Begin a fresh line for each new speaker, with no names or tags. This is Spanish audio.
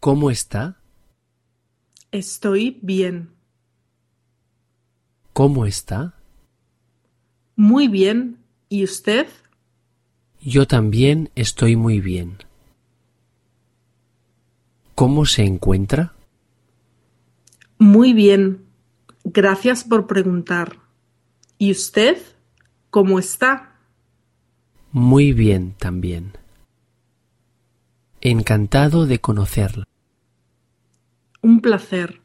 ¿Cómo está?
Estoy bien.
¿Cómo está?
Muy bien. ¿Y usted?
Yo también estoy muy bien. ¿Cómo se encuentra?
Muy bien. Gracias por preguntar. ¿Y usted? ¿Cómo está?
Muy bien también. Encantado de conocerla.
Un placer.